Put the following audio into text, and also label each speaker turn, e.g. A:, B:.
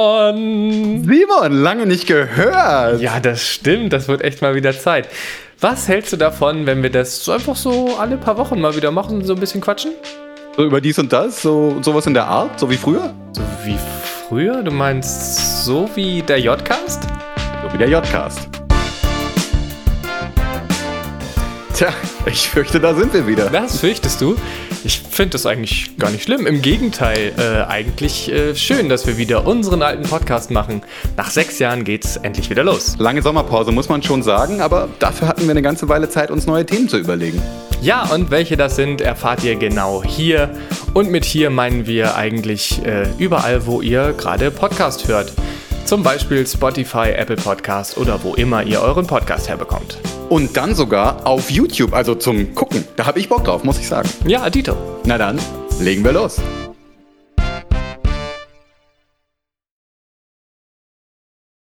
A: Simon!
B: Simon, lange nicht gehört.
A: Ja, das stimmt. Das wird echt mal wieder Zeit. Was hältst du davon, wenn wir das so einfach so alle paar Wochen mal wieder machen, so ein bisschen quatschen?
B: So über dies und das, so sowas in der Art, so wie früher.
A: So wie früher? Du meinst so wie der J-Cast?
B: So wie der J-Cast. Tja, ich fürchte, da sind wir wieder.
A: Das fürchtest du? Ich finde das eigentlich gar nicht schlimm. Im Gegenteil, äh, eigentlich äh, schön, dass wir wieder unseren alten Podcast machen. Nach sechs Jahren geht's endlich wieder los.
B: Lange Sommerpause muss man schon sagen, aber dafür hatten wir eine ganze Weile Zeit, uns neue Themen zu überlegen.
A: Ja, und welche das sind, erfahrt ihr genau hier. Und mit hier meinen wir eigentlich äh, überall, wo ihr gerade Podcast hört. Zum Beispiel Spotify, Apple Podcast oder wo immer ihr euren Podcast herbekommt.
B: Und dann sogar auf YouTube, also zum Gucken. Da habe ich Bock drauf, muss ich sagen.
A: Ja, Dito.
B: Na dann, legen wir los.